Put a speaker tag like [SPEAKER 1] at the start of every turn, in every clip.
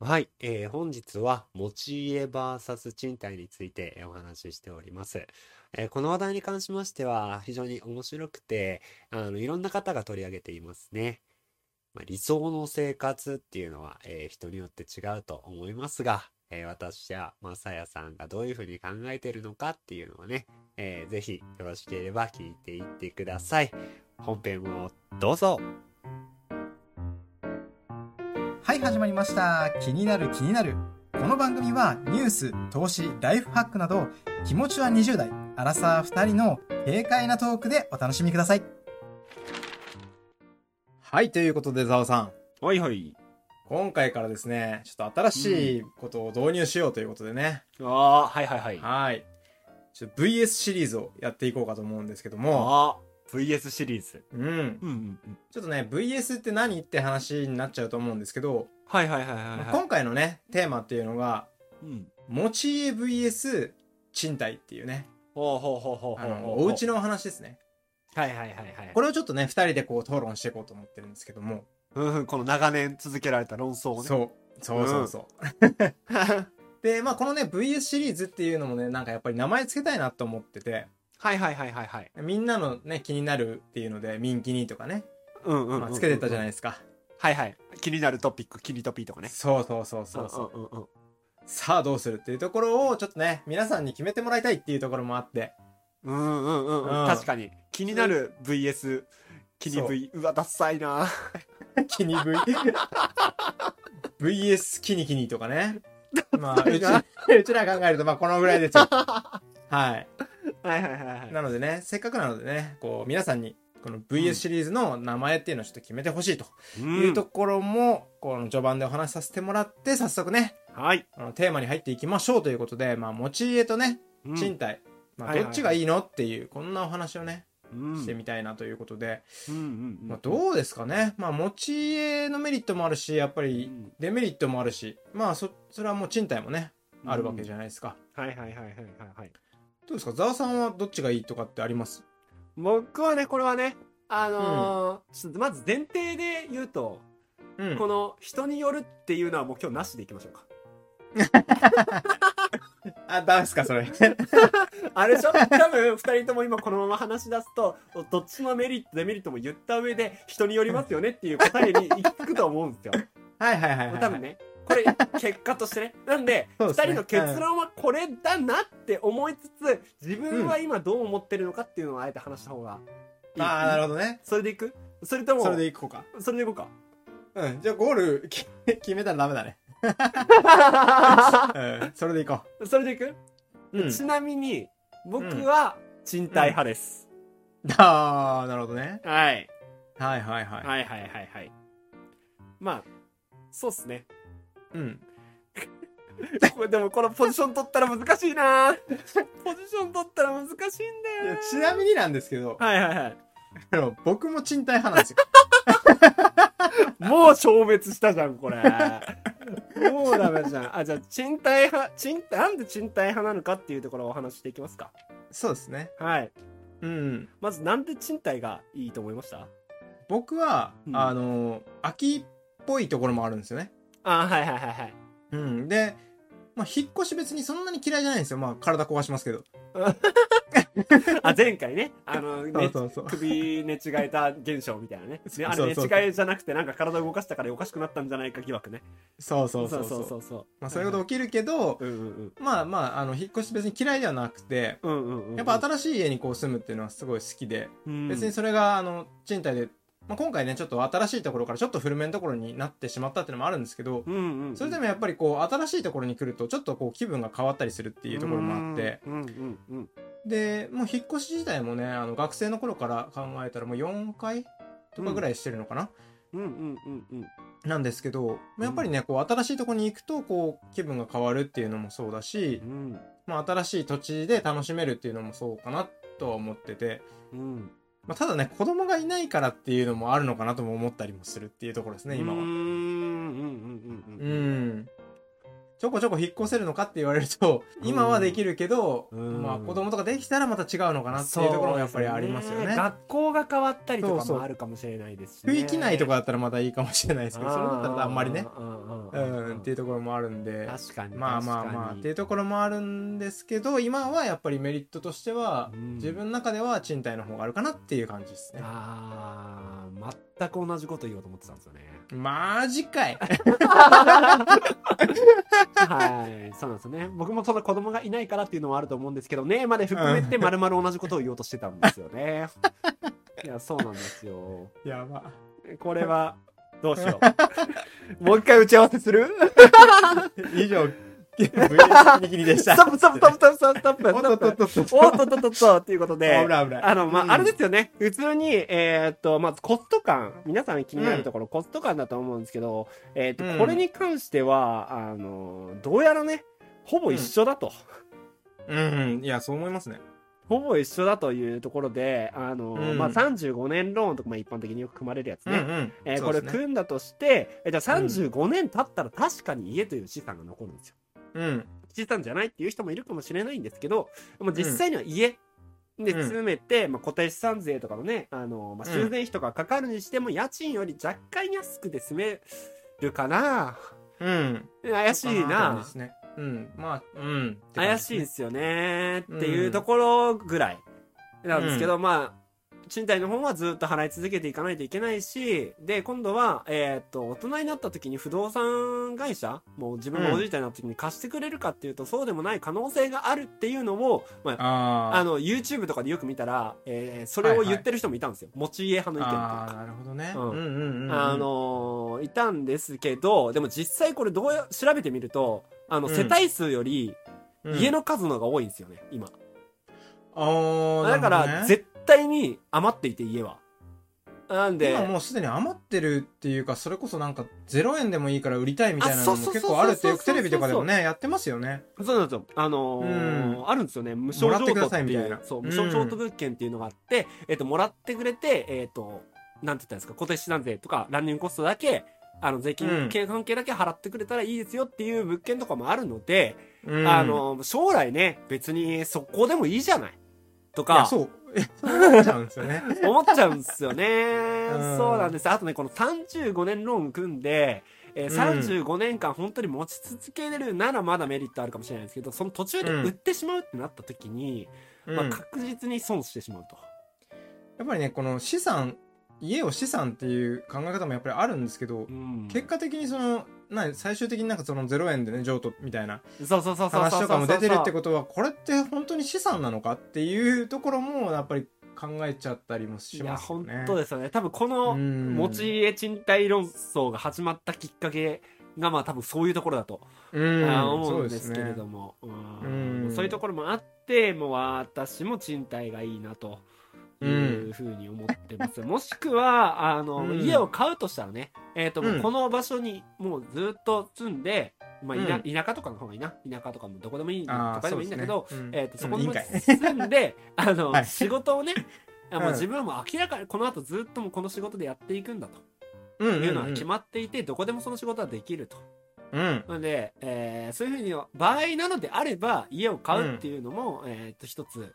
[SPEAKER 1] はい、えー本日は持ち家 VS 賃貸についてえーお話ししております、えーこの話題に関しましては非常に面白くてあのいろんな方が取り上げていますね、まあ、理想の生活っていうのは、えー人によって違うと思いますが、えー私やまさやさんがどういうふうに考えているのかっていうのをね、えーぜひよろしければ聞いていってください本編をどうぞ
[SPEAKER 2] はい始まりました気になる気になるこの番組はニュース投資ライフハックなど気持ちは20代アラサー2人の軽快なトークでお楽しみくださいはいということでざおさん
[SPEAKER 1] はいはい
[SPEAKER 2] 今回からですねちょっと新しいことを導入しようということでね、
[SPEAKER 1] ああはいはいはい
[SPEAKER 2] はいちょっと VS シリーズをやっていこうかと思うんですけど
[SPEAKER 1] あ
[SPEAKER 2] も
[SPEAKER 1] あ VS シリーズ
[SPEAKER 2] うん
[SPEAKER 1] うんうんうん
[SPEAKER 2] ちょっとね VS って何って話になっちゃうと思うんですけど、
[SPEAKER 1] はいはいはいはい
[SPEAKER 2] まあ
[SPEAKER 1] はい
[SPEAKER 2] 今回のねテーマっていうのが
[SPEAKER 1] うん
[SPEAKER 2] 持ち家 VS 賃貸っていうね
[SPEAKER 1] ほうほうほうほう
[SPEAKER 2] あ
[SPEAKER 1] ほうほ
[SPEAKER 2] の
[SPEAKER 1] う
[SPEAKER 2] お家のお話ですね
[SPEAKER 1] はいはいはいはい
[SPEAKER 2] これをちょっとね2人でこう討論していこうと思ってるんですけども
[SPEAKER 1] うんうんこの長年続けられた論争をね
[SPEAKER 2] そうそうそうそう、でまあこのね VS シリーズっていうのもねなんかやっぱり名前つけたいなと思ってて
[SPEAKER 1] はいはいはいはいはい
[SPEAKER 2] みんなのね気になるっていうので「民気に」とかね、
[SPEAKER 1] うんうんうんうん
[SPEAKER 2] まあ、つけてたじゃないですか、
[SPEAKER 1] はいはい気になるトピック気にトピーとかね
[SPEAKER 2] そうそうそうそうそう、
[SPEAKER 1] うんうんうんうん
[SPEAKER 2] さあどうするっていうところをちょっとね皆さんに決めてもらいたいっていうところもあって
[SPEAKER 1] うんうんうんうん
[SPEAKER 2] うん
[SPEAKER 1] 確かに気になる VS 気に V うわダッサいな
[SPEAKER 2] キニ V。VS キニキニとかね。まあ、
[SPEAKER 1] ダサ
[SPEAKER 2] う
[SPEAKER 1] い
[SPEAKER 2] ち
[SPEAKER 1] な
[SPEAKER 2] うちら 考えると、まあ、このぐらいですよ。はい。
[SPEAKER 1] はいはいはいは
[SPEAKER 2] ないのでね、せっかくなのでね、こう、皆さんに、この VS シリーズの名前っていうのをちょっと決めてほしいというところも、この序盤でお話しさせてもらって、早速ね、
[SPEAKER 1] うんはい
[SPEAKER 2] あのテーマに入っていきましょうということで、まあ、持ち家とね、
[SPEAKER 1] うん
[SPEAKER 2] 賃貸、ま
[SPEAKER 1] は
[SPEAKER 2] あ、
[SPEAKER 1] いはい
[SPEAKER 2] どっちがいいのっていう、こんなお話をね、
[SPEAKER 1] うん
[SPEAKER 2] してみたいなということで、
[SPEAKER 1] うんうんうん
[SPEAKER 2] まあ、どうですかね。まあ、持ち家のメリットもあるし、やっぱ
[SPEAKER 1] う
[SPEAKER 2] り、
[SPEAKER 1] ん
[SPEAKER 2] デメリットもあるしまあそそれはもう賃貸もねあるわけじ
[SPEAKER 1] ゃ
[SPEAKER 2] ゃないですか、
[SPEAKER 1] はいはいはいはいはいはい
[SPEAKER 2] どうですかざわさんはどっちがいいとかってあります
[SPEAKER 1] 僕はねこれはねあのーちょっとまず前提で言うと、
[SPEAKER 2] うん
[SPEAKER 1] この人によるっていうのはもう今日なしでいきましょうか
[SPEAKER 2] あダメですかそれ
[SPEAKER 1] あれでしょ多分2人とも今このまま話し出すとどっちのメリットデメリットも言った上で人によりますよねっていう答えに行き着くと思うんですよ
[SPEAKER 2] はいはいはい、はい、
[SPEAKER 1] 多分ねこれ結果としてねなんで
[SPEAKER 2] そ
[SPEAKER 1] 2
[SPEAKER 2] うですね
[SPEAKER 1] 人の結論はこれだなって思いつつ自分は今どう思ってるのかっていうのをあえて話した方がいい、
[SPEAKER 2] ああなるほどね
[SPEAKER 1] それでいくそれとも
[SPEAKER 2] それでいこうか
[SPEAKER 1] それでいこう か
[SPEAKER 2] うんじゃあゴール き決めたらダメだねうんそれでいこ
[SPEAKER 1] それでいく、
[SPEAKER 2] ううん
[SPEAKER 1] ちなみに僕は賃貸派です、
[SPEAKER 2] ああなるほどね
[SPEAKER 1] はい、
[SPEAKER 2] はいはいは
[SPEAKER 1] は
[SPEAKER 2] い、
[SPEAKER 1] いはいはいはいまあそうっすね
[SPEAKER 2] うん
[SPEAKER 1] こ れでもこのポジション取ったら難しいな ポジション取ったら難しいんだ
[SPEAKER 2] い
[SPEAKER 1] よ
[SPEAKER 2] や
[SPEAKER 1] な
[SPEAKER 2] ちなみになんですけど
[SPEAKER 1] はいはいはい
[SPEAKER 2] あの僕も賃貸派なんですよ
[SPEAKER 1] もう消滅したじゃんこれ もうダメじゃんあじゃあ賃貸派賃なんで賃貸派なのかっていうところをお話ししていきますか
[SPEAKER 2] そうですね
[SPEAKER 1] はい
[SPEAKER 2] うん
[SPEAKER 1] まずなんで賃貸がいいと思いました
[SPEAKER 2] 僕は、
[SPEAKER 1] うん
[SPEAKER 2] あの秋っぽいところもあるんですよね
[SPEAKER 1] あはいはいはいはい
[SPEAKER 2] うん。で、まあ、引っ越し別にそんなに嫌いじゃないんですよ。まあ、体壊しますけど。
[SPEAKER 1] あ前回ねあのね
[SPEAKER 2] そうそうそう。
[SPEAKER 1] 首寝違えた現象みたいなね。ねあれ
[SPEAKER 2] そうそうそう
[SPEAKER 1] 寝違えじゃなくてなんか体動かしたからおかしくなったんじゃないか疑惑ね。
[SPEAKER 2] そうそうそう
[SPEAKER 1] そうそ
[SPEAKER 2] そうう。
[SPEAKER 1] そう。
[SPEAKER 2] まあ、そういうこと起きるけど、
[SPEAKER 1] うんうん
[SPEAKER 2] まあまあ、あの、引っ越し別に嫌いではなくて、
[SPEAKER 1] うん。うんうんうん。
[SPEAKER 2] やっぱ新しい家にこう住むっていうのはすごい好きで、
[SPEAKER 1] うん
[SPEAKER 2] 別にそれが、あの、賃貸で、まあ、今回ね、ちょっと新しいところからちょっと古めのところになってしまったっていうのもあるんですけど、
[SPEAKER 1] うんうんうん。
[SPEAKER 2] それでもやっぱりこう、新しいところに来ると、ちょっとこう、気分が変わったりするっていうところもあって、
[SPEAKER 1] うんうんうん
[SPEAKER 2] で、もう引っ越し自体もね、あの、学生の頃から考えたらもう4回とかぐらいしてるのかな、
[SPEAKER 1] うんうんうんうん
[SPEAKER 2] なんですけど、まあやっぱりね、こう、新しいとこに行くと、こう、気分が変わるっていうのもそうだし
[SPEAKER 1] う、ん
[SPEAKER 2] まあ、新しい土地で楽しめるっていうのもそうかなとは思ってて、
[SPEAKER 1] うん。
[SPEAKER 2] まあ、ただね、子供がいないからっていうのもあるのかなとも思ったりもするっていうところですね、今
[SPEAKER 1] うーん
[SPEAKER 2] は。
[SPEAKER 1] うんうんう
[SPEAKER 2] うん
[SPEAKER 1] うん。
[SPEAKER 2] ん。ちょこちょこ引っ越せるのかって言われると、今はできるけど、
[SPEAKER 1] うん
[SPEAKER 2] まあ子供とかできたらまた違うのかなっていうところもやっぱりありますよ
[SPEAKER 1] そうで
[SPEAKER 2] ね。
[SPEAKER 1] 学校が変わったりとか
[SPEAKER 2] そうそう
[SPEAKER 1] もあるかもしれないですし、ね。
[SPEAKER 2] 区域内とかだったらまたいいかもしれないですけど、それだったらあんまりね、
[SPEAKER 1] うん
[SPEAKER 2] う
[SPEAKER 1] うんうんうん
[SPEAKER 2] ん、っていうところもあるんで、
[SPEAKER 1] 確かに。
[SPEAKER 2] まあまあまあ、っていうところもあるんですけど、今はやっぱりメリットとしては、
[SPEAKER 1] うん
[SPEAKER 2] 自分の中では賃貸の方があるかなっていう感じですね。
[SPEAKER 1] ああ、全く同じこと言おうと思ってたんですよ ね。
[SPEAKER 2] マジ かい
[SPEAKER 1] はい、そうなんですね。僕もその子供がいないからっていうのもあると思うんですけどね、まで含めてまるまる同じことを言おうとしてたんですよ ね。いや、そうなんですよ。
[SPEAKER 2] やば。
[SPEAKER 1] これは、どうしよう。 もう一回打ち合わせする
[SPEAKER 2] 以上、V ニキニでし
[SPEAKER 1] ス
[SPEAKER 2] た。
[SPEAKER 1] トップ、ストップ、ストップ、ストップ、ストップ、
[SPEAKER 2] おっと
[SPEAKER 1] おっとっ
[SPEAKER 2] っとっとっと。
[SPEAKER 1] とっとっと、ということで
[SPEAKER 2] 危。ない危ない。
[SPEAKER 1] あの、まあ
[SPEAKER 2] う、ん
[SPEAKER 1] あれですよね。普通に、えーっと、まずコスト感。皆さん気になるところ、コスト感だと思うんですけど、えーっと、
[SPEAKER 2] うん
[SPEAKER 1] これに関しては、あの、どうやらね、ほぼ一緒だと。
[SPEAKER 2] うんうん、いや、そう思いますね。
[SPEAKER 1] ほぼ一緒だというところで、あの、
[SPEAKER 2] うん
[SPEAKER 1] まあ、35年ローンとか、まあ、一般的によく組まれるやつ
[SPEAKER 2] うんう
[SPEAKER 1] ね。
[SPEAKER 2] ん。
[SPEAKER 1] えーこれ
[SPEAKER 2] そうですね
[SPEAKER 1] 組んだとして、えじゃあ35年経ったら確かに家という資産が残るんですよ。
[SPEAKER 2] うん。
[SPEAKER 1] 資産じゃないっていう人もいるかもしれないんですけど、もう実際には家で詰めて、まあ、固定資産税とかのね、あの、まあ、修繕費とかかかるにしても、家賃より若干安くで住めるかな
[SPEAKER 2] うん。
[SPEAKER 1] 怪しい
[SPEAKER 2] かって感じ
[SPEAKER 1] な
[SPEAKER 2] ですね。うん。まあ、うん。って感じ
[SPEAKER 1] 怪しい
[SPEAKER 2] で
[SPEAKER 1] です
[SPEAKER 2] ね
[SPEAKER 1] すよねっていうところぐらいなんですけど、まあ賃貸の方はずっと払い続けていかないといけないしで今度は、えーっと大人になった時に不動産会社もう自分がおじいちゃんになった時に貸してくれるかっていうと、そうでもない可能性があるっていうのを、まあ、
[SPEAKER 2] あー
[SPEAKER 1] あの YouTube とかでよく見たら、えーそれを言ってる人もいたんですよ、持ち家派の意見という
[SPEAKER 2] あ
[SPEAKER 1] か
[SPEAKER 2] ー。なるほどね。
[SPEAKER 1] う
[SPEAKER 2] うんんうんうん。
[SPEAKER 1] あ、のーいたんですけど、でも実際これどうや、調べてみると、あの、
[SPEAKER 2] うん
[SPEAKER 1] 世帯数より、家
[SPEAKER 2] の、
[SPEAKER 1] の数の方が多いんですよね、今。
[SPEAKER 2] あー
[SPEAKER 1] だか
[SPEAKER 2] なるほ
[SPEAKER 1] ら、
[SPEAKER 2] どね
[SPEAKER 1] 絶対に余っていて、家は。なんで、
[SPEAKER 2] 今もうすでに余ってるっていうか、それこそなんか0円でもいいから売りたいみたい
[SPEAKER 1] あ
[SPEAKER 2] なの
[SPEAKER 1] そう
[SPEAKER 2] も
[SPEAKER 1] そうそう
[SPEAKER 2] 結
[SPEAKER 1] そう
[SPEAKER 2] 構あるってよくテレビとかでも
[SPEAKER 1] そ
[SPEAKER 2] ね、やってますよね。
[SPEAKER 1] そうなんですよ。あのー
[SPEAKER 2] う
[SPEAKER 1] あるんですよね。無償
[SPEAKER 2] もらって
[SPEAKER 1] 譲渡
[SPEAKER 2] くだ
[SPEAKER 1] って
[SPEAKER 2] さいみ
[SPEAKER 1] い
[SPEAKER 2] たいうな、
[SPEAKER 1] そう、
[SPEAKER 2] うん
[SPEAKER 1] 無償譲渡物件っていうのがあって、えっと、もらってくれて、えっと、なんて言ったらいいですか、固定資産税とか、ランニングコストだけ、あの、税
[SPEAKER 2] う
[SPEAKER 1] 金
[SPEAKER 2] ん
[SPEAKER 1] 系関係だけ払ってくれたらいいですよっていう物件とかもあるので、
[SPEAKER 2] うん
[SPEAKER 1] あ、の、将来ね、別に速攻でもいいじゃないと
[SPEAKER 2] いや、
[SPEAKER 1] か、
[SPEAKER 2] そう。 え、そうなっちゃうんですよね。。
[SPEAKER 1] 思っちゃうんですよね
[SPEAKER 2] うん
[SPEAKER 1] そうなんです。あとね、この35年ローン組んで、えー35年間本当に持ち続けれるならまだメリットあるかもしれないですけど、その途中で売ってしまうってなった時に、
[SPEAKER 2] う ん
[SPEAKER 1] まあ、
[SPEAKER 2] や
[SPEAKER 1] 確実に損してしまうと。
[SPEAKER 2] っぱりね、この資産、家を資産っていう考え方もやっぱりあるんですけど、
[SPEAKER 1] うん
[SPEAKER 2] 結果的にその、な最終的になんかその0円でね、譲渡みたいな
[SPEAKER 1] そうそうそうそうそう。
[SPEAKER 2] 話とかも出てるってことは、これって本当に資産なのかっていうところも、やっぱり考えちゃったりも
[SPEAKER 1] い
[SPEAKER 2] し
[SPEAKER 1] や、
[SPEAKER 2] ますよ
[SPEAKER 1] 本
[SPEAKER 2] ね。
[SPEAKER 1] 当ですよね。多分この
[SPEAKER 2] うん
[SPEAKER 1] 持ち家賃貸論争が始まったきっかけが、まあ多分そういうところだと
[SPEAKER 2] うん
[SPEAKER 1] あー思
[SPEAKER 2] そううんん
[SPEAKER 1] ですけれどもう
[SPEAKER 2] うん
[SPEAKER 1] んそういうところもあってもう私も賃貸がいいなというふうに思って ます、もしくはあの、
[SPEAKER 2] うん
[SPEAKER 1] 家を買うとしたらね、えーともううんこの場所にもうずっと住んで、まあ、田
[SPEAKER 2] うん
[SPEAKER 1] 田舎とかの方がいいな田舎とかもどこでもいいど
[SPEAKER 2] あ
[SPEAKER 1] こで
[SPEAKER 2] あそ
[SPEAKER 1] もい
[SPEAKER 2] う
[SPEAKER 1] いん
[SPEAKER 2] で
[SPEAKER 1] だ
[SPEAKER 2] すね
[SPEAKER 1] けど、
[SPEAKER 2] うん
[SPEAKER 1] えー、とそこ
[SPEAKER 2] うんいい
[SPEAKER 1] に
[SPEAKER 2] んかい
[SPEAKER 1] 住ん であの、
[SPEAKER 2] はい
[SPEAKER 1] 仕事をねあもう
[SPEAKER 2] うん
[SPEAKER 1] 自分はもう明らかにこの後ずっともうこの仕事でやっていくんだと
[SPEAKER 2] うんうん
[SPEAKER 1] いうのは決まっていて、どこでもその仕事はできると
[SPEAKER 2] うん
[SPEAKER 1] なので、えーそういうふうに場合なのであれば家を買うっていうのも、えーと一つ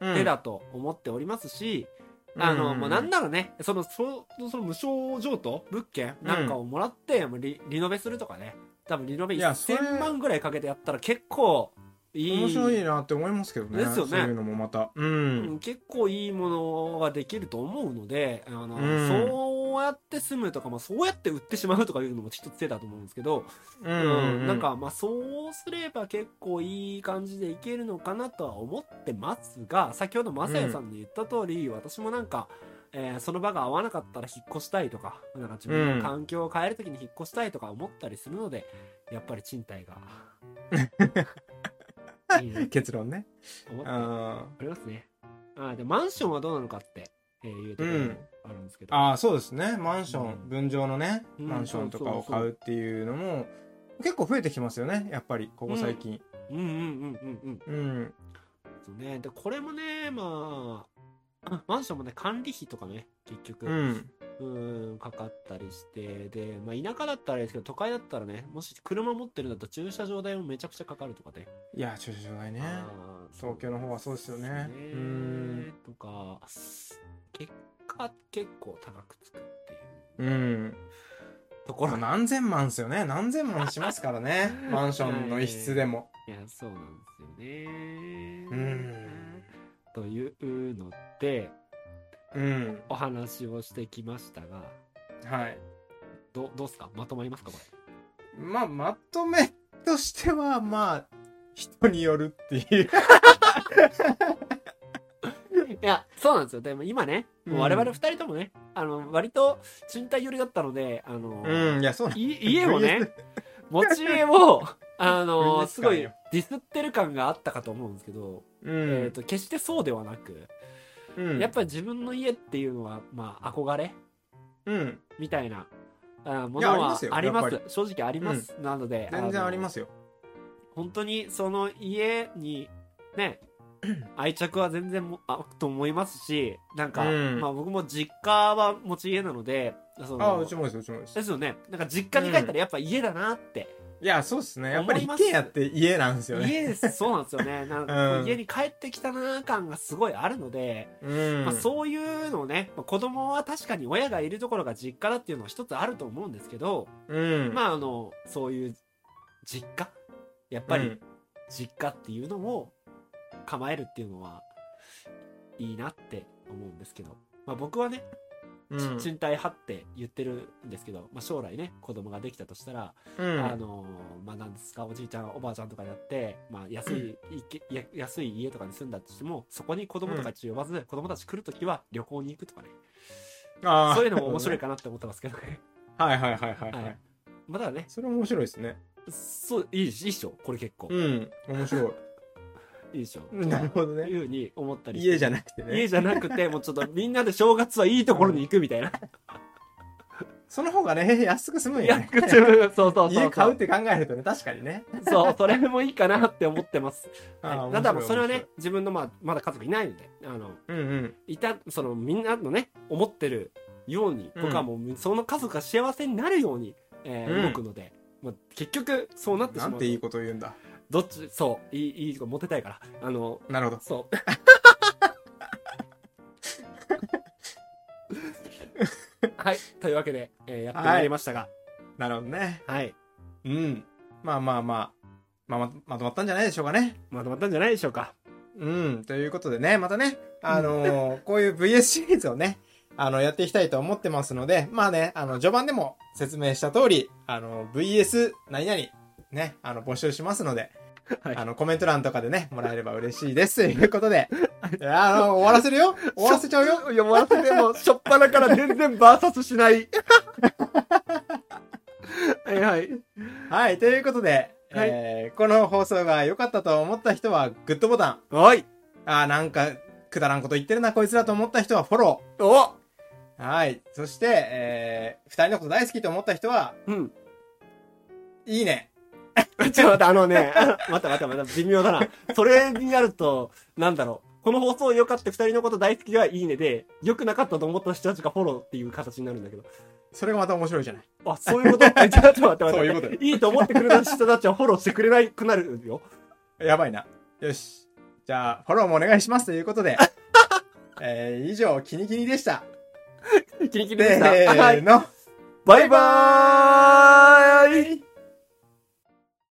[SPEAKER 2] うん
[SPEAKER 1] 手だと思っておりますし、
[SPEAKER 2] うん
[SPEAKER 1] あのもうなんならねそのそその無償譲渡物件なんかをもらって、もうリリノベするとかね多分リノベ
[SPEAKER 2] いやそれ
[SPEAKER 1] 1000万ぐらいかけてやったら結構いい
[SPEAKER 2] 面白いなって思いますけどね
[SPEAKER 1] ですよね
[SPEAKER 2] そういうのもまたう
[SPEAKER 1] うんん結構いいものができると思うのであの、
[SPEAKER 2] うん
[SPEAKER 1] そうやって住むとか、まあ、そうやって売ってしまうとかいうのも一つ手だと思うんですけど、
[SPEAKER 2] う
[SPEAKER 1] うん、なん
[SPEAKER 2] か
[SPEAKER 1] かまあそうすれば結構いい感じでいけるのかなとは思ってますが先ほどまさやさんの言った通り、私もなんか、えーその場が合わなかったら引っ越したいとかなんか自分の環境を変えるときに引っ越したいとか思ったりするので、やっぱり賃貸 がいいなと
[SPEAKER 2] 結論ね
[SPEAKER 1] 思ってあ
[SPEAKER 2] あ
[SPEAKER 1] りますね。あーでマンションはどうなのかって、えーいうところもあるんですけ
[SPEAKER 2] ー
[SPEAKER 1] ど、
[SPEAKER 2] あーそうですねマンション、
[SPEAKER 1] うん
[SPEAKER 2] 分譲のね
[SPEAKER 1] うん
[SPEAKER 2] マンションとかを買うっていうのも結構増えてきますよねやっぱりここ最近
[SPEAKER 1] うんうんうんうんうん
[SPEAKER 2] うん、
[SPEAKER 1] そうね。 で、これもね、まあ、マンションもね、管理費とかね、結局、
[SPEAKER 2] うん
[SPEAKER 1] うん、かかったりして、で、まあ、田舎だったらあれですけど、都会だったらね、もし車持ってるんだったら駐車場代もめちゃくちゃかかるとかね。
[SPEAKER 2] いや、駐車場ないね。
[SPEAKER 1] あー
[SPEAKER 2] 東京の方はそうですよね
[SPEAKER 1] そうです
[SPEAKER 2] う
[SPEAKER 1] ね
[SPEAKER 2] ん
[SPEAKER 1] とか、結果結構高くつくっていう
[SPEAKER 2] うん。
[SPEAKER 1] とこ
[SPEAKER 2] こ
[SPEAKER 1] ろ
[SPEAKER 2] れ
[SPEAKER 1] な。
[SPEAKER 2] 何千万っすよね。何千万します からね。マンションの一室でも。
[SPEAKER 1] いや、そうなんですよね。
[SPEAKER 2] うん
[SPEAKER 1] というので、
[SPEAKER 2] うん。
[SPEAKER 1] お話をしてきましたが、
[SPEAKER 2] はい。
[SPEAKER 1] どどうすかまとまりますかこれ。
[SPEAKER 2] まあ、まとめとしては、まあ、人によるっていう。
[SPEAKER 1] いや、そうなんですよ。でも今ね、もう我々二人ともね、あの、割と賃貸寄りだったので、あの、
[SPEAKER 2] うん、いや、そうなん
[SPEAKER 1] い家を ね、持ち家を、あ
[SPEAKER 2] 冬
[SPEAKER 1] の
[SPEAKER 2] ですす
[SPEAKER 1] ご
[SPEAKER 2] から
[SPEAKER 1] い
[SPEAKER 2] ね
[SPEAKER 1] ディスってる感があったかと思うんですけど、
[SPEAKER 2] う
[SPEAKER 1] えー、
[SPEAKER 2] ん。
[SPEAKER 1] と決してそうではなく、
[SPEAKER 2] うん。
[SPEAKER 1] やっぱり自分の家っていうのは、まあ、憧れ
[SPEAKER 2] うん。
[SPEAKER 1] みたいなあも
[SPEAKER 2] いや
[SPEAKER 1] の
[SPEAKER 2] ありま
[SPEAKER 1] は
[SPEAKER 2] すよ
[SPEAKER 1] ありま
[SPEAKER 2] やっ
[SPEAKER 1] す
[SPEAKER 2] ぱ
[SPEAKER 1] 正直あります、なので
[SPEAKER 2] 全然ありますすよ。
[SPEAKER 1] 本当にその家に ね愛着は全然もあと思いますしなんか、
[SPEAKER 2] うん
[SPEAKER 1] まあ、僕も実家は持ち家なのでその
[SPEAKER 2] ああ、うちもです、うちもです
[SPEAKER 1] で。すよねなんか実家に帰ったらやっぱ家だなって、
[SPEAKER 2] いや、そうですね。やっぱ
[SPEAKER 1] 思い
[SPEAKER 2] り一
[SPEAKER 1] ます
[SPEAKER 2] 軒家って家なんですよね。
[SPEAKER 1] 家ですそうなんですよ ねなんか、
[SPEAKER 2] うん
[SPEAKER 1] 家に帰ってきたなー感がすごいあるので、
[SPEAKER 2] うん。
[SPEAKER 1] まあ、そういうのをね、まあ、子供は確かに親がいるところが実家だっていうのは一つあると思うんですけど、
[SPEAKER 2] うん。あ、やっ
[SPEAKER 1] まああのそういう実家やっぱり、実家っていうのを構えるっていうのはいいなって思うんですけど、まあ、僕はね、
[SPEAKER 2] う
[SPEAKER 1] ち
[SPEAKER 2] ん。
[SPEAKER 1] 賃貸派って言ってるんですけど、まあ、将来ね子供ができたとしたら、
[SPEAKER 2] うん
[SPEAKER 1] あのまあ、なんですかおじいちゃんおばあちゃんとかになって、まあ、安いいけや安い家とかに住んだとしてもそこに子供とかち呼ばず、子供たち来るときは旅行に行くとかね
[SPEAKER 2] あー
[SPEAKER 1] そういうのも面白いかなって思ってますけどね。
[SPEAKER 2] はいはいはいはい。は
[SPEAKER 1] はい
[SPEAKER 2] い、
[SPEAKER 1] まあだからね
[SPEAKER 2] それ面白いですね。
[SPEAKER 1] そういいしいいっしょこれ結構、い
[SPEAKER 2] うん。面白い。
[SPEAKER 1] いでしょ
[SPEAKER 2] なるほど
[SPEAKER 1] と
[SPEAKER 2] ね
[SPEAKER 1] いうふうに思ったりして
[SPEAKER 2] 家じゃなくて
[SPEAKER 1] 家
[SPEAKER 2] ね。
[SPEAKER 1] じゃなくて、もうちょっとみんなで正月はいいところに行くみたい な。
[SPEAKER 2] その方がね、安く済むん
[SPEAKER 1] いや
[SPEAKER 2] やね。
[SPEAKER 1] そうそうそうそう。
[SPEAKER 2] 家買うって考えるとね、確かにね。
[SPEAKER 1] そう、それもいいかなって思ってます。
[SPEAKER 2] あ
[SPEAKER 1] は
[SPEAKER 2] ー
[SPEAKER 1] い、ただ、それは。
[SPEAKER 2] 面
[SPEAKER 1] ね、自分のまあ、まだ家族いないので、あの、
[SPEAKER 2] 白い面白いうん
[SPEAKER 1] いた、そのみんなのね、思ってるように、僕はもう、その家族が幸せになるように、えー
[SPEAKER 2] うん
[SPEAKER 1] 動くので、まあ、結局、そうなっ
[SPEAKER 2] うん。
[SPEAKER 1] てし
[SPEAKER 2] な
[SPEAKER 1] ま
[SPEAKER 2] ん
[SPEAKER 1] う。
[SPEAKER 2] ていいこと言うんだ。
[SPEAKER 1] どっち、そう、いい、いいとこモテたいから。あの、
[SPEAKER 2] なるほ ど。
[SPEAKER 1] そう。はい。というわけで、えーやってまいりましたが、
[SPEAKER 2] なるほどね。
[SPEAKER 1] はい。
[SPEAKER 2] うん。まあまあまあ。まあま、まとまったんじゃないでしょうかね。
[SPEAKER 1] まとまったんじゃないでしょうか。
[SPEAKER 2] うん。ということでね、またね、あのーこういう VS シリーズをね、あの、やっていきたいと思ってますので、まあね、あの、序盤でも説明した通り、あの、VS 何々、ね、あの、募集しますので、
[SPEAKER 1] はい
[SPEAKER 2] あの、コメント欄とかでね、もらえれば嬉しいです。ということで、 あの、終わらせるよ終わらせちゃうよ
[SPEAKER 1] よ。いや、終わらせても、しょっぱなから全然バーサスしない。 はいはい。
[SPEAKER 2] はい、ということで、
[SPEAKER 1] はい
[SPEAKER 2] えーこの放送が良かったと思った人は、グッドボタン。
[SPEAKER 1] おい
[SPEAKER 2] あーなんか、くだらんこと言ってるな、こいつらと思った人はフォロー。
[SPEAKER 1] お
[SPEAKER 2] はい。そして、えー、二人のこと大好きと思った人は、
[SPEAKER 1] うん。
[SPEAKER 2] いいね。
[SPEAKER 1] ちょっと待って、あのね、 またまたまた微妙だな。それになると、なんだろう。この放送良かった二人のこと大好きはいいねで、良くなかったと思った人たちがフォローっていう形になるんだけど。
[SPEAKER 2] それがまた面白いじゃない。
[SPEAKER 1] あ、そういうことえちょっと待って待って待って。
[SPEAKER 2] そういうこと
[SPEAKER 1] いいと思ってくれた人たちはフォローしてくれなくなるよ。
[SPEAKER 2] やばいな。よし。じゃあ、フォローもお願いしますというこ とで、えー、以上、キニキニでした。
[SPEAKER 1] キリキリで
[SPEAKER 2] せ
[SPEAKER 1] した。は
[SPEAKER 2] ー
[SPEAKER 1] い。
[SPEAKER 2] の。
[SPEAKER 1] バイバーイ